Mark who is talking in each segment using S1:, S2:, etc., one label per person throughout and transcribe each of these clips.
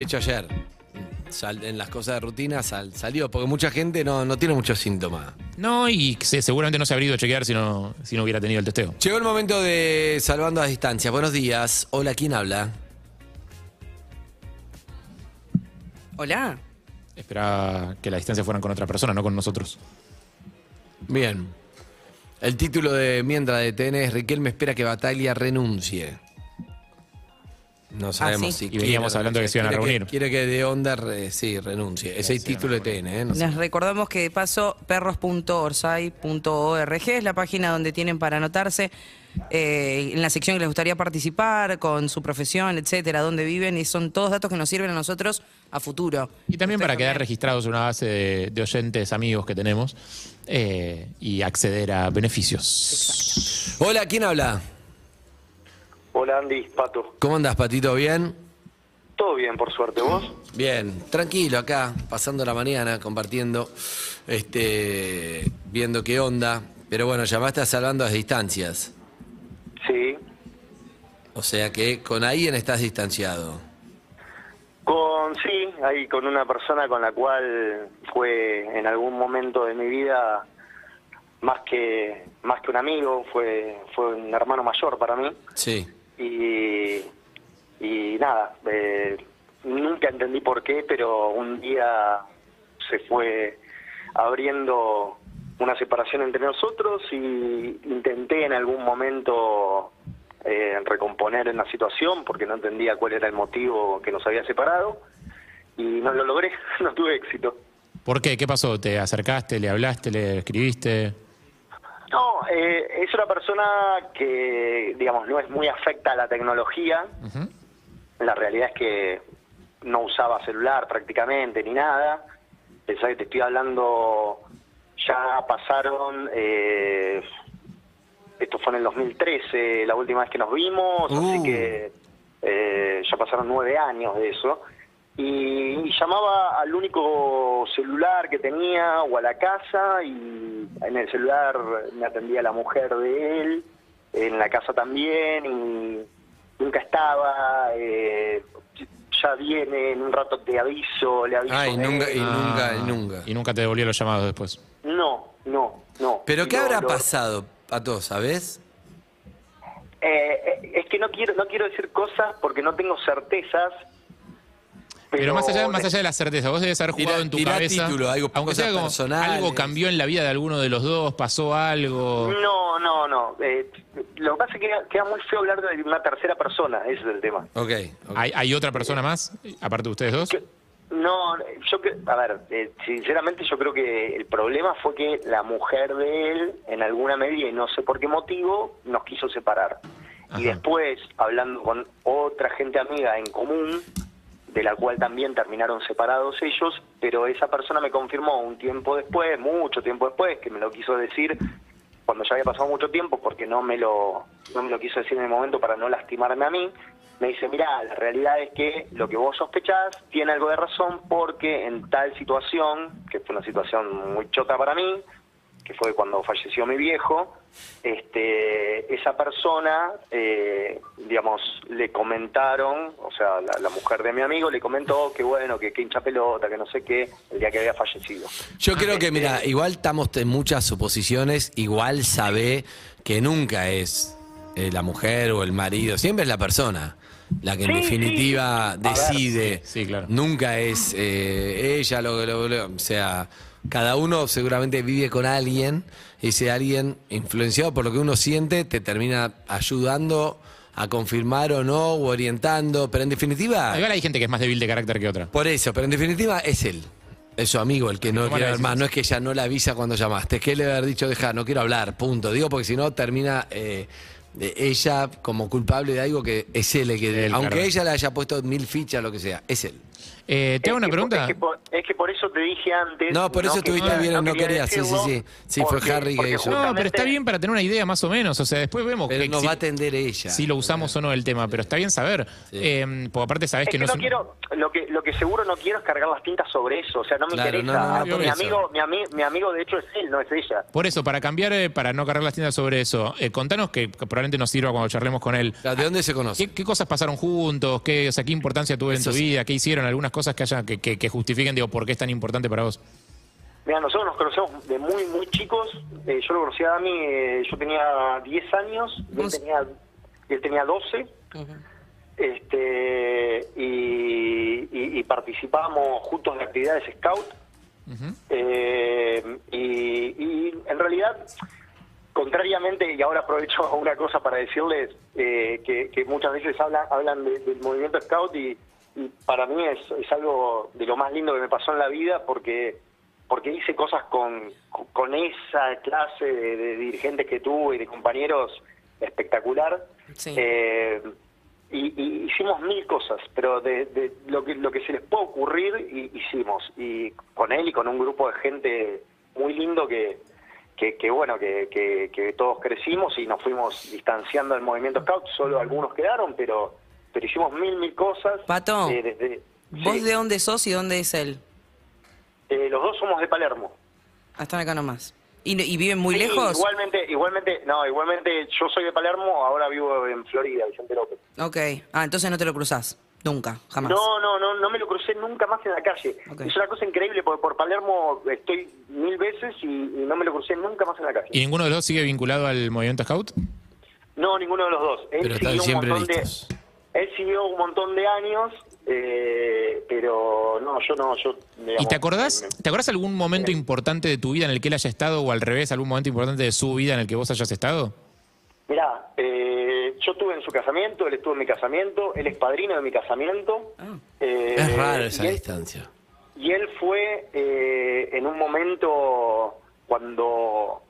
S1: hecho ayer. Sal- en las cosas de rutina sal- salió, porque mucha gente no, no tiene muchos síntomas.
S2: No, y se- seguramente no se habría ido a chequear si no, si no hubiera tenido el testeo.
S1: Llegó el momento de Salvando a Distancia. Buenos días. Hola, ¿quién habla?
S3: Hola.
S2: Esperaba que la distancia fueran con otra persona, no con nosotros.
S1: Bien. El título de Mientras de TN es Riquel me espera que Bataglia renuncie. No sabemos si
S3: sí.
S2: Y veníamos
S1: quiere-
S2: hablando que se iban a
S1: quiere
S2: reunir.
S1: Quiere que de onda re- sí, renuncie. Ese es el título de TN, ¿eh? No sé.
S3: Les recordamos que de paso perros.orsay.org es la página donde tienen para anotarse eh, en la sección que les gustaría participar, con su profesión, etcétera, dónde viven, y son todos datos que nos sirven a nosotros a futuro.
S2: Y también
S3: Usted
S2: para quedar registrados en una base de, de oyentes, amigos que tenemos eh, y acceder a beneficios.
S1: Hola, ¿quién habla?
S4: Hola Andy, Pato.
S1: ¿Cómo andás, Patito? ¿Bien?
S4: Todo bien, por suerte. ¿Vos?
S1: Bien, tranquilo acá, pasando la mañana, compartiendo, este, viendo qué onda. Pero bueno, llamaste a Salvando las Distancias.
S4: Sí.
S1: O sea que con alguien estás distanciado.
S4: Con, sí, ahí con una persona con la cual fue en algún momento de mi vida más que más que un amigo, fue fue un hermano mayor para mí
S1: Sí.
S4: y y nada, eh, nunca entendí por qué, pero un día se fue abriendo una separación entre nosotros y intenté en algún momento eh, recomponer en la situación porque no entendía cuál era el motivo que nos había separado y no lo logré, no tuve éxito.
S2: ¿Por qué? ¿Qué pasó? ¿Te acercaste, le hablaste, le escribiste?
S4: No, eh, es una persona que, digamos, no es muy afecta a la tecnología.
S2: Ujú.
S4: La realidad es que no usaba celular prácticamente ni nada. Pensá que te estoy hablando, ya pasaron, eh, esto fue en el 2013, la última vez que nos vimos,
S1: Uh.
S4: así que eh, ya pasaron nueve años de eso. Y, y llamaba al único celular que tenía o a la casa y en el celular me atendía la mujer de él, en la casa también y nunca estaba, eh, ya viene, en un rato te aviso, le aviso.
S1: Ay,
S4: a él.
S1: nunca- Y nunca, y nunca.
S2: Y nunca te devolvió los llamados después.
S4: No, no, no.
S1: Pero ¿qué
S4: Lo-
S1: habrá
S4: lo-
S1: pasado, Pato, sabes?
S4: Eh, eh, es que no quiero, no quiero decir cosas porque no tengo certezas.
S2: Pero, más allá, más allá de la certeza, vos debes haber jugado
S1: Tirá-
S2: en tu
S1: tirá
S2: cabeza.
S1: título, algo-
S2: aunque sea
S1: cosas
S2: como,
S1: personales.
S2: algo cambió en la vida de alguno de los dos, pasó algo.
S4: No, no, no. Eh, lo que pasa es que queda, queda muy feo hablar de una tercera persona, ese es el tema.
S1: Ok. ok.
S2: ¿Hay, hay otra persona más, aparte de ustedes dos?
S4: Que- No, yo cre- a ver, eh, sinceramente yo creo que el problema fue que la mujer de él, en alguna medida y no sé por qué motivo, nos quiso separar. Y
S2: Ajá.
S4: después, hablando con otra gente amiga en común, de la cual también terminaron separados ellos, pero esa persona me confirmó un tiempo después, mucho tiempo después, que me lo quiso decir cuando ya había pasado mucho tiempo, porque no me lo, no me lo quiso decir en el momento para no lastimarme a mí, me dice, mirá, la realidad es que lo que vos sospechás tiene algo de razón porque en tal situación, que fue una situación muy chota para mí, que fue cuando falleció mi viejo, este, esa persona, eh, digamos, le comentaron, o sea, la, la mujer de mi amigo le comentó que bueno, que, que hincha pelota, que no sé qué, el día que había fallecido.
S1: Yo
S4: eh,
S1: creo que, mira, igual estamos en muchas suposiciones, igual sabe que nunca es eh, la mujer o el marido, siempre es la persona la que en
S4: Sí,
S1: definitiva
S4: sí. A ver.
S1: decide.
S2: Sí, sí, claro.
S1: Nunca es eh, ella lo que... O sea, cada uno seguramente vive con alguien, y ese alguien, influenciado por lo que uno siente, te termina ayudando a confirmar o no, o orientando, pero en definitiva...
S2: Igual hay gente que es más débil de carácter que otra.
S1: Por eso, pero en definitiva es él. Es su amigo el que no
S2: Toma
S1: quiere
S2: la
S1: hablar más. No es que ella no la avisa cuando llamaste. Es que él le haber dicho, deja, no quiero hablar, punto. Digo, porque si no termina eh, de- ella como culpable de algo que es él el que.
S2: Él,
S1: aunque
S2: claro.
S1: ella le haya puesto mil fichas, lo que sea, es él.
S2: Eh, ¿Te hago
S4: Es
S2: una
S4: que-
S2: pregunta?
S4: Es que, por, es que por eso te dije antes.
S1: No, por eso estuviste
S4: quería-
S1: bien, no querías, sí, sí, sí. Sí, fue Harry que hizo.
S2: No, pero está
S4: justamente-
S2: bien para tener una idea más o menos. O sea, después vemos
S1: Pero
S2: que
S1: nos
S2: si,
S1: va a atender ella.
S2: si lo usamos o no el tema, pero está bien saber. Eh, porque aparte sabes
S4: Es
S2: que,
S4: que
S2: no
S4: no
S2: es un-
S4: quiero, lo que, lo que seguro no quiero es cargar las tintas sobre eso, o sea, no me
S1: Claro,
S4: interesa.
S1: no, no, no,
S2: por
S4: mi,
S2: eso.
S4: amigo, mi, ami- mi amigo de hecho es él, no es ella.
S2: Por eso, para cambiar, eh, para no cargar las tiendas sobre eso, eh, contanos que que probablemente seguramente nos sirva cuando charlemos con él.
S1: ¿De dónde se
S2: ¿Qué,
S1: conoce?
S2: qué cosas pasaron juntos? ¿Qué, o sea, ¿Qué importancia tuvo en
S1: Eso
S2: tu
S1: sí.
S2: vida? ¿Qué hicieron? ¿Algunas cosas que, haya, que, que- que justifiquen, digo, por qué es tan importante para vos?
S4: Mira, nosotros nos conocemos de muy, muy chicos. Eh, yo lo conocí a Dami, eh, yo tenía 10 años, y él
S3: Once.
S4: tenía, y él tenía 12. Este, y, y- y participábamos juntos en actividades scout. Eh, y, y en realidad, contrariamente, y ahora aprovecho una cosa para decirles eh, que, que muchas veces hablan, hablan de- del movimiento scout y, y para mí es, es algo de lo más lindo que me pasó en la vida porque porque hice cosas con, con esa clase de, de dirigentes que tuve y de compañeros espectacular.
S3: Sí.
S4: Eh, y, y hicimos mil cosas, pero de, de lo, que, lo que se les puede ocurrir hi- hicimos. Y con él y con un grupo de gente muy lindo que, que, que bueno, que, que, que todos crecimos y nos fuimos distanciando del movimiento scout. Solo algunos quedaron, pero, pero hicimos mil, mil cosas.
S3: Pato,
S4: Eh, desde-
S3: ¿Vos
S4: sí.
S3: de dónde sos y dónde es él?
S4: Eh, los dos somos de Palermo.
S3: Ah, Están acá nomás. ¿Y, no- y viven muy
S4: Sí,
S3: lejos?
S4: Igualmente, igualmente, no, igualmente yo soy de Palermo, ahora vivo en Florida, Vicente López.
S3: Ok. Ah, entonces no te lo cruzás. Nunca, jamás.
S4: No, no, no, no me lo crucé nunca más en la calle.
S3: Ok.
S4: Es una cosa increíble, porque por Palermo estoy mil veces y, y no me lo crucé nunca más en la calle.
S2: ¿Y ninguno de los dos sigue vinculado al movimiento Scout?
S4: No, ninguno de los dos. Él
S1: Pero
S4: siguió
S1: están
S4: un
S1: siempre
S4: montón de-
S1: listos.
S4: Él siguió un montón de años, eh, pero no, yo no, yo...
S2: ¿Y
S4: digamos,
S2: te acordás,
S4: me-
S2: te acordás algún momento importante de tu vida en el que él haya estado o al revés, algún momento importante de su vida en el que vos hayas estado?
S4: Mirá, eh, yo estuve en su casamiento, él estuvo en mi casamiento, él es padrino de mi casamiento. Eh,
S1: Ah. Es raro esa
S4: y él-
S1: distancia.
S4: Y él fue eh, en un momento cuando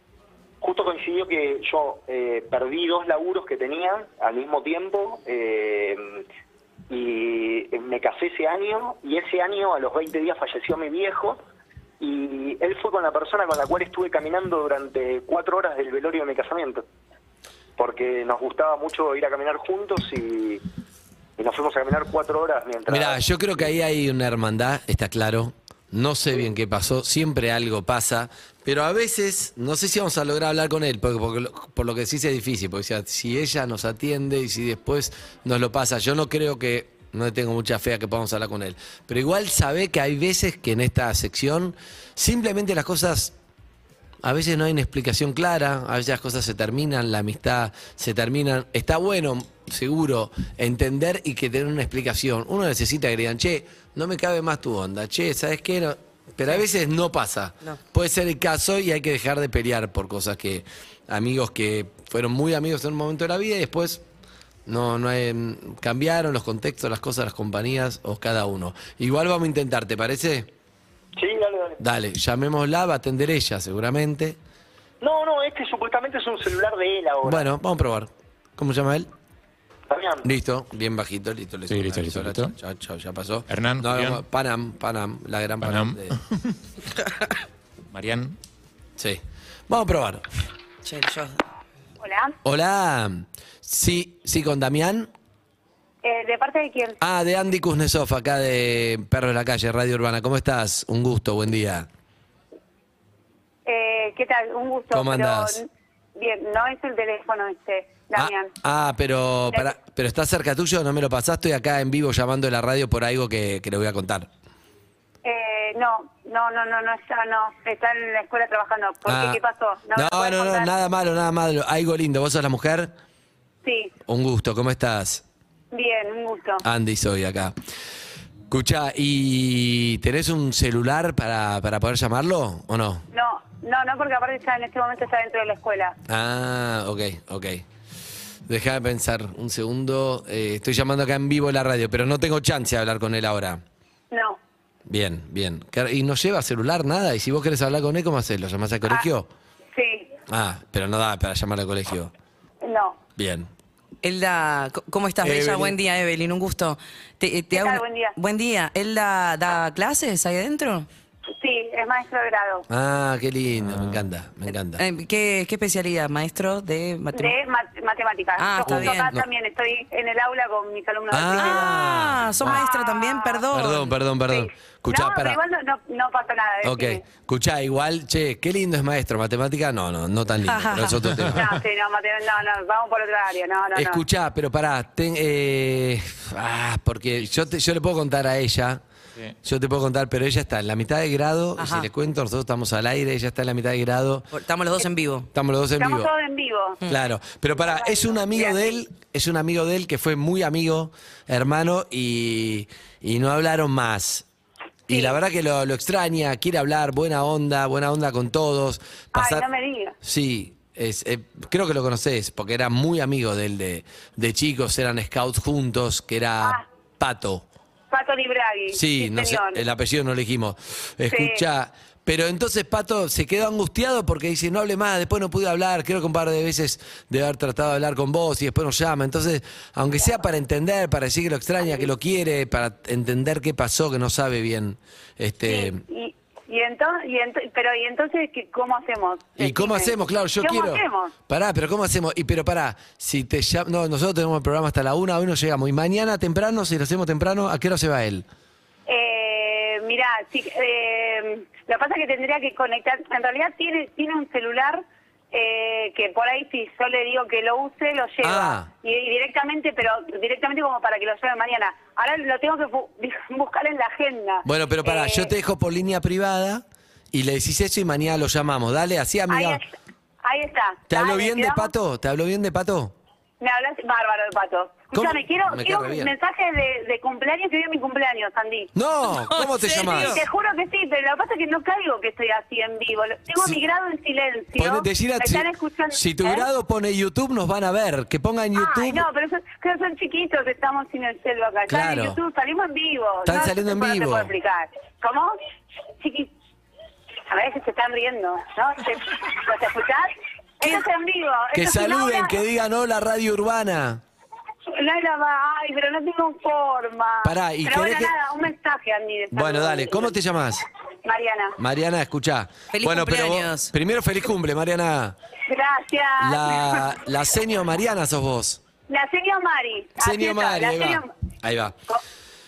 S4: justo coincidió que yo eh, perdí dos laburos que tenía al mismo tiempo eh, y eh, me casé ese año y ese año a los 20 días falleció mi viejo y él fue con la persona con la cual estuve caminando durante cuatro horas del velorio de mi casamiento porque nos gustaba mucho ir a caminar juntos y, y nos fuimos a caminar cuatro horas mientras...
S1: Mirá, yo creo que ahí hay una hermandad, está claro. No sé bien qué pasó, siempre algo pasa, pero a veces no sé si vamos a lograr hablar con él, porque, porque lo- por lo que sí es difícil, porque o sea, si ella nos atiende y si después nos lo pasa, yo no creo que, no le tengo mucha fe a que podamos hablar con él, pero igual sabe que hay veces que en esta sección simplemente las cosas a veces no hay una explicación clara, a veces las cosas se terminan, la amistad se termina. Está bueno, seguro, entender y que tener una explicación. Uno necesita que le digan, che, no me cabe más tu onda, che, ¿sabes qué? No- Pero a veces no pasa.
S3: No.
S1: Puede ser el caso y hay que dejar de pelear por cosas que amigos que fueron muy amigos en un momento de la vida y después no, no hay- mm, cambiaron los contextos, las cosas, las compañías o cada uno. Igual vamos a intentar, ¿te parece?
S4: Sí, dale, dale.
S1: Dale, llamémosla, va a atender ella seguramente.
S4: No, no, este supuestamente es un celular de él ahora.
S1: Bueno, vamos a probar. ¿Cómo se llama él?
S4: Damián.
S1: Listo, bien bajito, listo. le
S2: Sí,
S1: suena
S2: listo,
S1: la
S2: listo,
S1: emisora,
S2: listo.
S1: Chao, chao, ya pasó.
S2: Hernán,
S1: No,
S2: Julián.
S1: no, Panam, Panam, la gran Panam.
S2: Panam.
S1: de-
S2: Marian,
S1: sí. Vamos a probar.
S3: Che, yo...
S5: Hola.
S1: Hola. Sí, sí, con Damián.
S5: Eh, ¿De parte de quién?
S1: Ah, de Andy Kuznetsov, acá de Perro de la Calle, Radio Urbana. ¿Cómo estás? Un gusto, buen día.
S5: Eh, ¿Qué tal? Un gusto.
S1: ¿Cómo
S5: pero-
S1: andás?
S5: bien, no es el teléfono este, Damián. Eh.
S1: Ah, ah, pero, pará, pero está cerca tuyo, no me lo pasás. Estoy acá en vivo llamando de la radio por algo que, que le voy a contar.
S5: Eh, no, no, no, no, no está, no. Está en la escuela trabajando. ¿Por qué?
S1: Ah.
S5: ¿Qué pasó? me
S1: No,
S5: puedes
S1: no, no,
S5: contar?
S1: nada malo, nada malo. Algo lindo. ¿Vos sos la mujer?
S5: Sí,
S1: Un gusto, ¿cómo estás?
S5: bien, un gusto.
S1: Andy, soy acá. Escucha, ¿y tenés un celular para, para poder llamarlo o no?
S5: No, no, no, porque aparte está en este momento está dentro de la escuela.
S1: Ah, ok, ok. Deja de pensar un segundo. Eh, estoy llamando acá en vivo en la radio, pero no tengo chance de hablar con él ahora.
S5: No.
S1: Bien, bien. Car- ¿Y no lleva celular nada? ¿Y si vos querés hablar con él, cómo haces? ¿Lo llamás al colegio?
S5: Sí,
S1: Ah, pero no da para llamar al colegio.
S5: no.
S1: Bien.
S3: Elda, c- ¿cómo estás, Bella?
S1: Evelyn.
S3: Buen día, Evelyn, un gusto. Te, eh, te
S5: ¿Qué
S3: hago
S5: tal?
S3: una-
S5: Ah. Buen día.
S3: Buen día. ¿Elda da clases ahí adentro?
S5: Sí, es maestro de grado.
S1: Ah, qué lindo, me encanta, me encanta.
S3: Eh, ¿Qué, qué especialidad, maestro? De
S5: De
S3: matemáticas.
S5: mat- matemáticas.
S3: Ah,
S5: Yo
S3: está
S5: justo acá
S3: bien,
S1: no.
S5: también estoy en el aula con mis alumnos. de primero.
S1: Ah,
S3: Ah, son maestra también, perdón.
S1: Perdón, perdón, perdón.
S5: Sí.
S1: Escuchá,
S5: no,
S1: pará.
S5: pero igual no, no, no pasa nada. ¿eh?
S1: Ok,
S5: decime.
S1: escuchá, igual, che, qué lindo es maestro, matemática, no, no, no tan lindo, pero es otro tema.
S5: No, sí, no, Mateo, no, no, vamos por otra área, no, no, no.
S1: Escuchá, pero pará, ten- eh, ah, porque yo, te- yo le puedo contar a ella,
S2: Sí.
S1: yo te puedo contar, pero ella está en la mitad de grado, y
S3: Ajá.
S1: si le cuento, nosotros estamos al aire, ella está en la mitad de grado,
S3: Estamos los dos en vivo.
S1: estamos los dos en
S5: Estamos
S1: vivo.
S5: todos en vivo.
S1: Claro, pero para, es un amigo de él, es un amigo de él que fue muy amigo, hermano, y, y no hablaron más. Y la verdad que lo, lo extraña, quiere hablar, buena onda, buena onda con todos.
S5: Ay, no me digas.
S1: Sí, es, eh, creo que lo conoces, porque era muy amigo de él de, de chicos, eran scouts juntos, que era
S5: Ah.
S1: Pato.
S5: Pato Libraghi.
S1: Sí, no sé,
S5: señor.
S1: el apellido no lo dijimos. Escucha, pero entonces Pato se quedó angustiado porque dice, no hable más, después no pude hablar, creo que un par de veces de haber tratado de hablar con vos y después nos llama. Entonces, aunque sea para entender, para decir que lo extraña, que lo quiere, para entender qué pasó, que no sabe bien. Este,
S5: Y, y, ento- y ento- pero y entonces qué- cómo hacemos
S1: ¿Y cómo
S5: Decime.
S1: hacemos? Claro, yo
S5: ¿Cómo
S1: quiero.
S5: hacemos?
S1: Pará, pero ¿cómo hacemos? Y pero pará, si te llam- No, nosotros tenemos el programa hasta la una, hoy no llegamos. Y mañana temprano, si lo hacemos temprano, ¿a qué hora se va él?
S5: Eh, mirá, sí, eh, lo que pasa es que tendría que conectar. En realidad tiene tiene un celular eh, que por ahí si yo le digo que lo use lo lleva
S1: Ah.
S5: y, y directamente, pero directamente como para que lo lleve mañana. Ahora lo tengo que bu- buscar en la agenda.
S1: Bueno, pero pará,
S5: Eh,
S1: yo te dejo por línea privada y le decís eso y mañana lo llamamos. Dale, así
S5: Ahí,
S1: amiga.
S5: es- ahí está.
S1: ¿Te habló
S5: Dale,
S1: bien de
S5: quedamos-
S1: Pato? ¿Te habló bien de Pato?
S5: Me hablas bárbaro de Pato.
S1: ¿Cómo?
S5: Escúchame, quiero,
S1: Me
S5: quiero
S1: cae re bien.
S5: un mensaje de, de cumpleaños, que hoy es mi cumpleaños, Andy.
S1: No, ¿cómo te
S3: ¿en serio?
S1: llamás?
S5: Te juro que sí, pero lo que pasa es que no caigo que estoy así en vivo. Lo- Tengo
S1: Sí.
S5: mi grado en silencio.
S1: Poné- decile a-
S5: Me
S1: si,
S5: están escuchando.
S1: si tu
S5: ¿Eh?
S1: grado pone YouTube, nos van a ver. Que pongan YouTube.
S5: Ay, no, pero son, pero son chiquitos, estamos sin el celo acá. Están
S1: Claro.
S5: en YouTube, salimos en vivo.
S1: Están
S5: No,
S1: saliendo en
S5: no te
S1: vivo.
S5: puedo explicar. ¿Cómo? Chiqui... A veces se están riendo, ¿no? ¿Te- ¿Los escuchás? Esto es en vivo.
S1: que
S5: esto es una
S1: saluden,
S5: hora-
S1: que digan hola Radio Urbana.
S5: No era más, ay, pero no tengo forma.
S1: Pará, y
S5: pero
S1: querés
S5: bueno,
S1: que-
S5: nada, un mensaje, Andy. de
S1: Bueno,
S5: saludo.
S1: dale, ¿cómo te llamás?
S5: Mariana,
S1: Mariana, escuchá.
S3: Feliz
S1: bueno, pero vos-
S3: cumpleaños.
S1: primero feliz cumple, Mariana.
S5: gracias.
S1: La, la senio Mariana sos vos.
S5: La señora Mari. así
S1: Senio
S5: está,
S1: Mari,
S5: la
S1: ahí va.
S5: señora-
S1: Ahí va.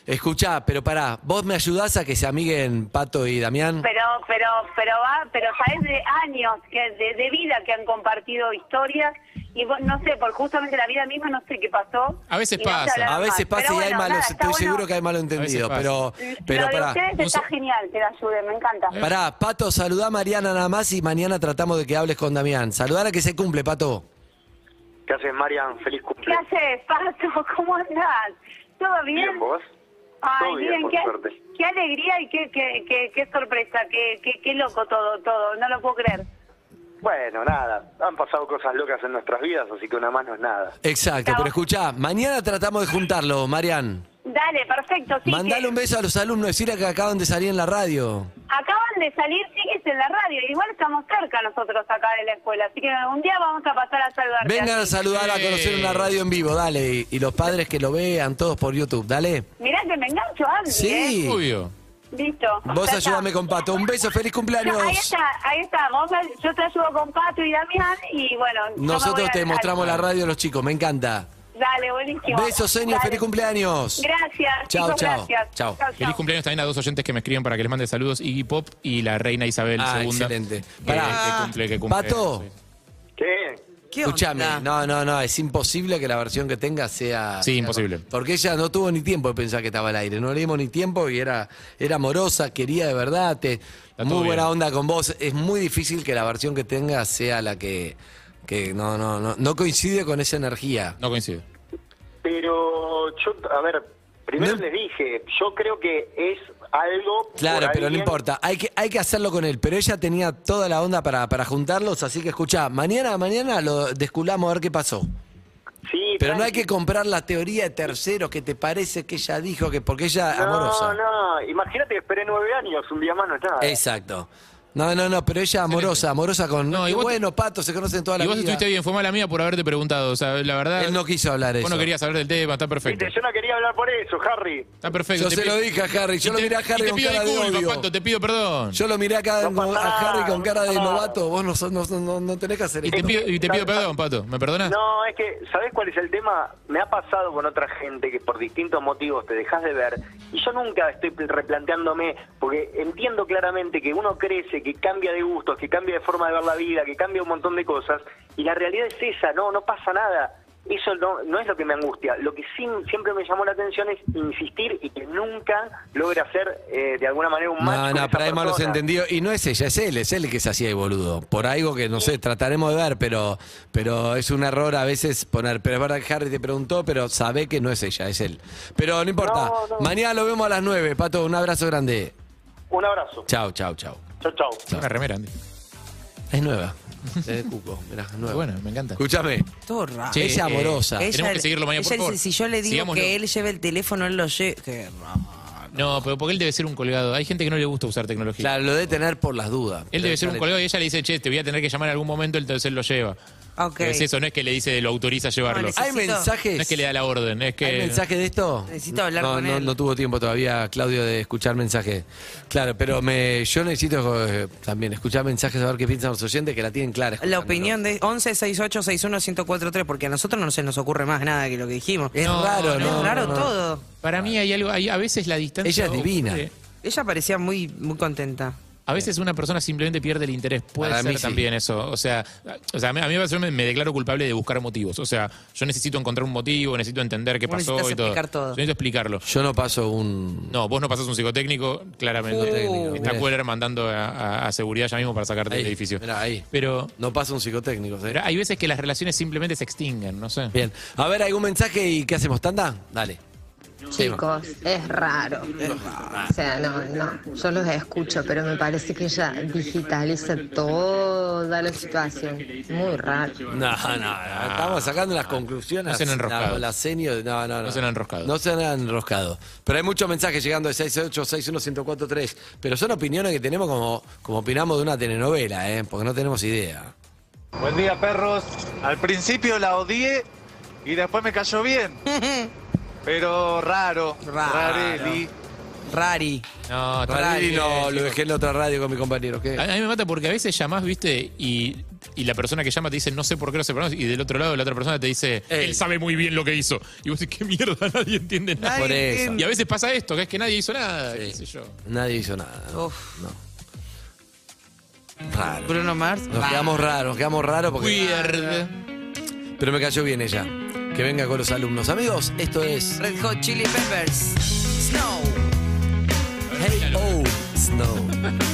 S1: Escuchá, pero pará, vos me ayudás a que se amiguen Pato y Damián.
S5: Pero, pero, pero va, pero sabes de años, que de, de vida que han compartido historias y vos, no sé, por justamente la vida misma no sé qué pasó.
S2: A veces
S5: y no se
S2: pasa.
S5: hablaron
S1: A veces
S5: más.
S1: pasa
S5: Pero
S1: y hay
S5: bueno,
S1: malos,
S5: nada, está
S1: estoy
S5: bueno.
S1: seguro que hay malentendidos,
S2: A veces
S1: pero, pero
S5: Lo de
S1: pará. Eh.
S5: ustedes está genial, que la ayuden, me encanta.
S1: Pará, Pato, saludá a Mariana nada más y mañana tratamos de que hables con Damián. Saludar a que se cumple, Pato.
S4: ¿Qué haces, Marian? Feliz
S5: ¿Qué
S4: cumpleaños.
S5: haces, Pato? ¿Cómo andás? ¿Todo bien?
S4: Bien, vos.
S5: Ay,
S4: Todo bien,
S5: miren,
S4: por
S5: qué,
S4: suerte.
S5: qué alegría y qué, qué, qué, qué sorpresa, qué, qué, qué loco todo, todo, no lo puedo creer.
S4: Bueno, nada. Han pasado cosas locas en nuestras vidas, así que una más no es nada.
S1: Exacto,
S5: Chao.
S1: pero escuchá, mañana tratamos de juntarlo, Marian.
S5: Dale, perfecto. Sí,
S1: Mandale
S5: que
S1: un beso a los alumnos, decirle que acaban de salir en la radio.
S5: Acaban de salir chiquis en la radio, igual estamos cerca nosotros acá de la escuela, así que un día vamos a pasar a saludarte.
S1: Vengan a
S5: así.
S1: saludar, a conocer una radio en vivo, dale. Y, y los padres que lo vean, todos por YouTube, dale.
S5: Mirá que me engancho, Andy,
S1: Sí.
S2: Obvio.
S5: ¿eh? Listo.
S1: Vos
S5: Ya está.
S1: ayúdame con Pato. Un beso, feliz
S5: Yo- Ahí
S1: cumpleaños.
S5: está, ahí está. Vos me- yo te ayudo con Pato y Damián y bueno. yo me voy
S1: Nosotros
S5: al-
S1: te
S5: al-
S1: mostramos la radio a los chicos, me encanta.
S5: Dale, buenísimo.
S1: Besos, señor,
S5: Dale.
S1: feliz cumpleaños.
S5: Gracias.
S1: Chao,
S5: chicos,
S1: chao.
S5: Gracias.
S1: Chao.
S2: Feliz cumpleaños también a dos oyentes que me escriben para que les mande saludos, Iggy Pop y la reina Isabel
S1: Ah,
S2: II.
S1: excelente.
S2: que-
S1: Pará.
S2: que cumple, que cumple.
S1: Pato.
S4: ¿Qué?
S3: ¿Qué onda?
S1: Escúchame, no, no, no, es imposible que la versión que tenga sea...
S2: Sí,
S1: sea-
S2: imposible.
S1: Porque ella no tuvo ni tiempo de pensar que estaba al aire, no le dimos ni tiempo y era, era amorosa, quería de verdad, te-
S2: todo
S1: muy buena
S2: bien.
S1: onda con vos. Es muy difícil que la versión que tenga sea la que... que no, no, no, no coincide con esa energía.
S2: No coincide.
S4: Pero yo, a ver, primero
S1: No-
S4: les dije, yo creo que es algo. por
S1: Claro, pero no
S4: alguien-
S1: importa. Hay que, hay que hacerlo con él. Pero ella tenía toda la onda para, para juntarlos. Así que escucha, mañana, mañana lo desculamos a ver qué pasó.
S4: Sí,
S1: Pero no hay
S4: tranqui.
S1: que comprar la teoría de terceros que te parece que ella dijo que porque ella
S4: No,
S1: amorosa.
S4: no, imagínate que esperé nueve años, un día más no es nada.
S1: Exacto. No, no, no, pero ella amorosa, amorosa con.
S2: No,
S1: No,
S2: y vos-
S1: bueno, pato, se conocen toda la
S2: Y vos
S1: vida.
S2: estuviste bien, fue mala mía por haberte preguntado. O sea, la verdad.
S1: Él no quiso hablar
S2: Vos
S1: eso.
S2: no querías hablar del tema, está perfecto.
S4: Viste, yo no quería hablar por eso, Harry.
S2: Está perfecto.
S1: Yo
S2: te
S1: se
S2: pido-
S1: lo dije a Harry, yo
S2: y
S1: lo
S2: te-
S1: miré a
S2: y
S1: Harry
S2: te
S1: con
S2: pido
S1: cara de
S2: disculpas,
S1: odio.
S2: Pato, te pido perdón.
S1: Yo lo miré a, cada-
S4: No pasa
S1: a Harry
S4: nada,
S1: con
S4: no
S1: cara de
S4: pasa nada.
S1: novato. Vos no, sos- no, no- no tenés que hacer
S2: y, te
S1: eso.
S2: pido, y te pido perdón, Pato. ¿Me perdonas?
S4: No, es que, ¿sabés cuál es el tema? Me ha pasado con otra gente que por distintos motivos te dejas de ver y yo nunca estoy pl- replanteándome, porque entiendo claramente que uno crece, que cambia de gustos, que cambia de forma de ver la vida, que cambia un montón de cosas y la realidad es esa, no, no pasa nada. Eso no, no es lo que me angustia. Lo que sí, siempre me llamó la atención es insistir y que nunca logre hacer eh, de alguna manera un match
S1: No,
S4: con
S1: no,
S4: esa
S1: pero hay malos
S4: persona.
S1: entendidos. Y no es ella, es él, es él el que se hacía el boludo. Por algo que, no sé, trataremos de ver, pero, pero es un error a veces poner. Pero es verdad que Harry te preguntó, pero sabe que no es ella, es él. Pero no importa.
S4: No, no.
S1: Mañana lo vemos a las 9, Pato. Un abrazo grande.
S4: Un abrazo.
S1: Chao, chao, chao.
S4: Chao, chao.
S2: Una remera, Andy.
S1: Es nueva. Es de Cuco, mirá, nueva.
S2: Bueno, me encanta.
S1: Escúchame.
S3: Todo raro.
S2: Che,
S1: Ella
S2: eh,
S1: amorosa.
S2: tenemos que seguirlo mañana,
S3: ella
S2: por favor.
S3: dice, si yo le digo
S2: Sigámoslo.
S3: que él lleve el teléfono, él lo lleva. Qué raro.
S2: No, pero porque él debe ser un colgado. Hay gente que no le gusta usar tecnología.
S1: Claro, lo de tener por las dudas.
S2: Él debe ser un
S1: Dale.
S2: colgado y ella le dice, che, te voy a tener que llamar en algún momento, entonces él lo lleva.
S3: Ok.
S2: Pero Es eso, no es que le dice, lo autoriza a llevarlo.
S3: No,
S1: ¿Hay
S3: Necesito-
S1: mensajes?
S2: No es que le da la orden, es que...
S1: ¿Hay mensaje de esto?
S3: Necesito hablar
S1: no,
S3: con
S1: no,
S3: él.
S1: No tuvo tiempo todavía, Claudio, de escuchar mensajes. Claro, pero me, yo necesito eh, también escuchar mensajes, a ver qué piensan los oyentes, que la tienen clara.
S3: La
S1: escuchándonos.
S3: opinión de 11 68 61 1043 porque a nosotros no se nos ocurre más nada que lo que dijimos.
S1: Es
S2: No,
S1: raro,
S2: no,
S1: ¿no?
S3: es raro
S1: no, no.
S3: todo.
S2: Para mí hay algo, hay, a veces la distancia...
S1: Ella es divina.
S2: ocurre.
S3: Ella parecía muy, muy contenta.
S2: A veces una persona simplemente pierde el interés. Puede
S1: Para mí
S2: ser
S1: sí.
S2: también eso. O sea, o sea, a mí, a mí me- yo me, me declaro culpable de buscar motivos. O sea, yo necesito encontrar un motivo, necesito entender qué
S3: Vos
S2: pasó
S3: necesitas
S2: y todo.
S3: explicar todo.
S2: Yo necesito explicarlo.
S1: Yo no paso un...
S2: No, vos no pasás un psicotécnico, claramente.
S1: Uh.
S2: Está Cueller mandando a, a- a seguridad ya mismo para sacarte
S1: Ahí,
S2: del edificio.
S1: mirá, ahí.
S2: Pero,
S1: No paso un psicotécnico. ¿sí?
S2: pero hay veces que las relaciones simplemente se extinguen, no sé.
S1: Bien. A ver, ¿algún mensaje y qué hacemos? ¿Tanda? Dale. Tema.
S6: Chicos, es raro. O sea, no, no. Yo los escucho, pero me parece que ella digitaliza toda la situación. Muy raro.
S1: No, no, no, estamos sacando las conclusiones.
S2: Ah, No se han enroscado.
S1: la- la senio de- no, no, no.
S2: No se han enroscado.
S1: No se han enroscado. Pero hay muchos mensajes llegando de 686161143. Pero son opiniones que tenemos como, como opinamos de una telenovela, ¿eh? porque no tenemos idea.
S7: Buen día, perros. Al principio la odié y después me cayó bien. Pero raro,
S3: Raro.
S7: rareli.
S3: Rari.
S2: No, está
S1: Rarili
S2: bien,
S1: no, lo
S2: chicos.
S1: dejé en la otra radio con mi compañero. ¿qué?
S2: A, a mí me mata porque a veces llamás, viste, y, y la persona que llama te dice, no sé por qué no se pronuncia, y del otro lado la otra persona te dice,
S1: Ey.
S2: él sabe muy bien lo que hizo. Y vos decís, qué mierda, nadie entiende nada.
S1: Por eso.
S2: Y a veces pasa esto, que es que nadie hizo nada, qué sé yo. Oh,
S1: Nadie hizo nada. ¿no?
S3: Uf.
S1: No. Raro.
S3: Bruno Mars.
S1: Nos quedamos raros, nos quedamos raros porque.
S2: Weird.
S1: Pero me cayó bien ella. Que venga con los alumnos. Amigos, esto es
S3: Red Hot Chili Peppers. Snow.
S1: Hey Oh Snow.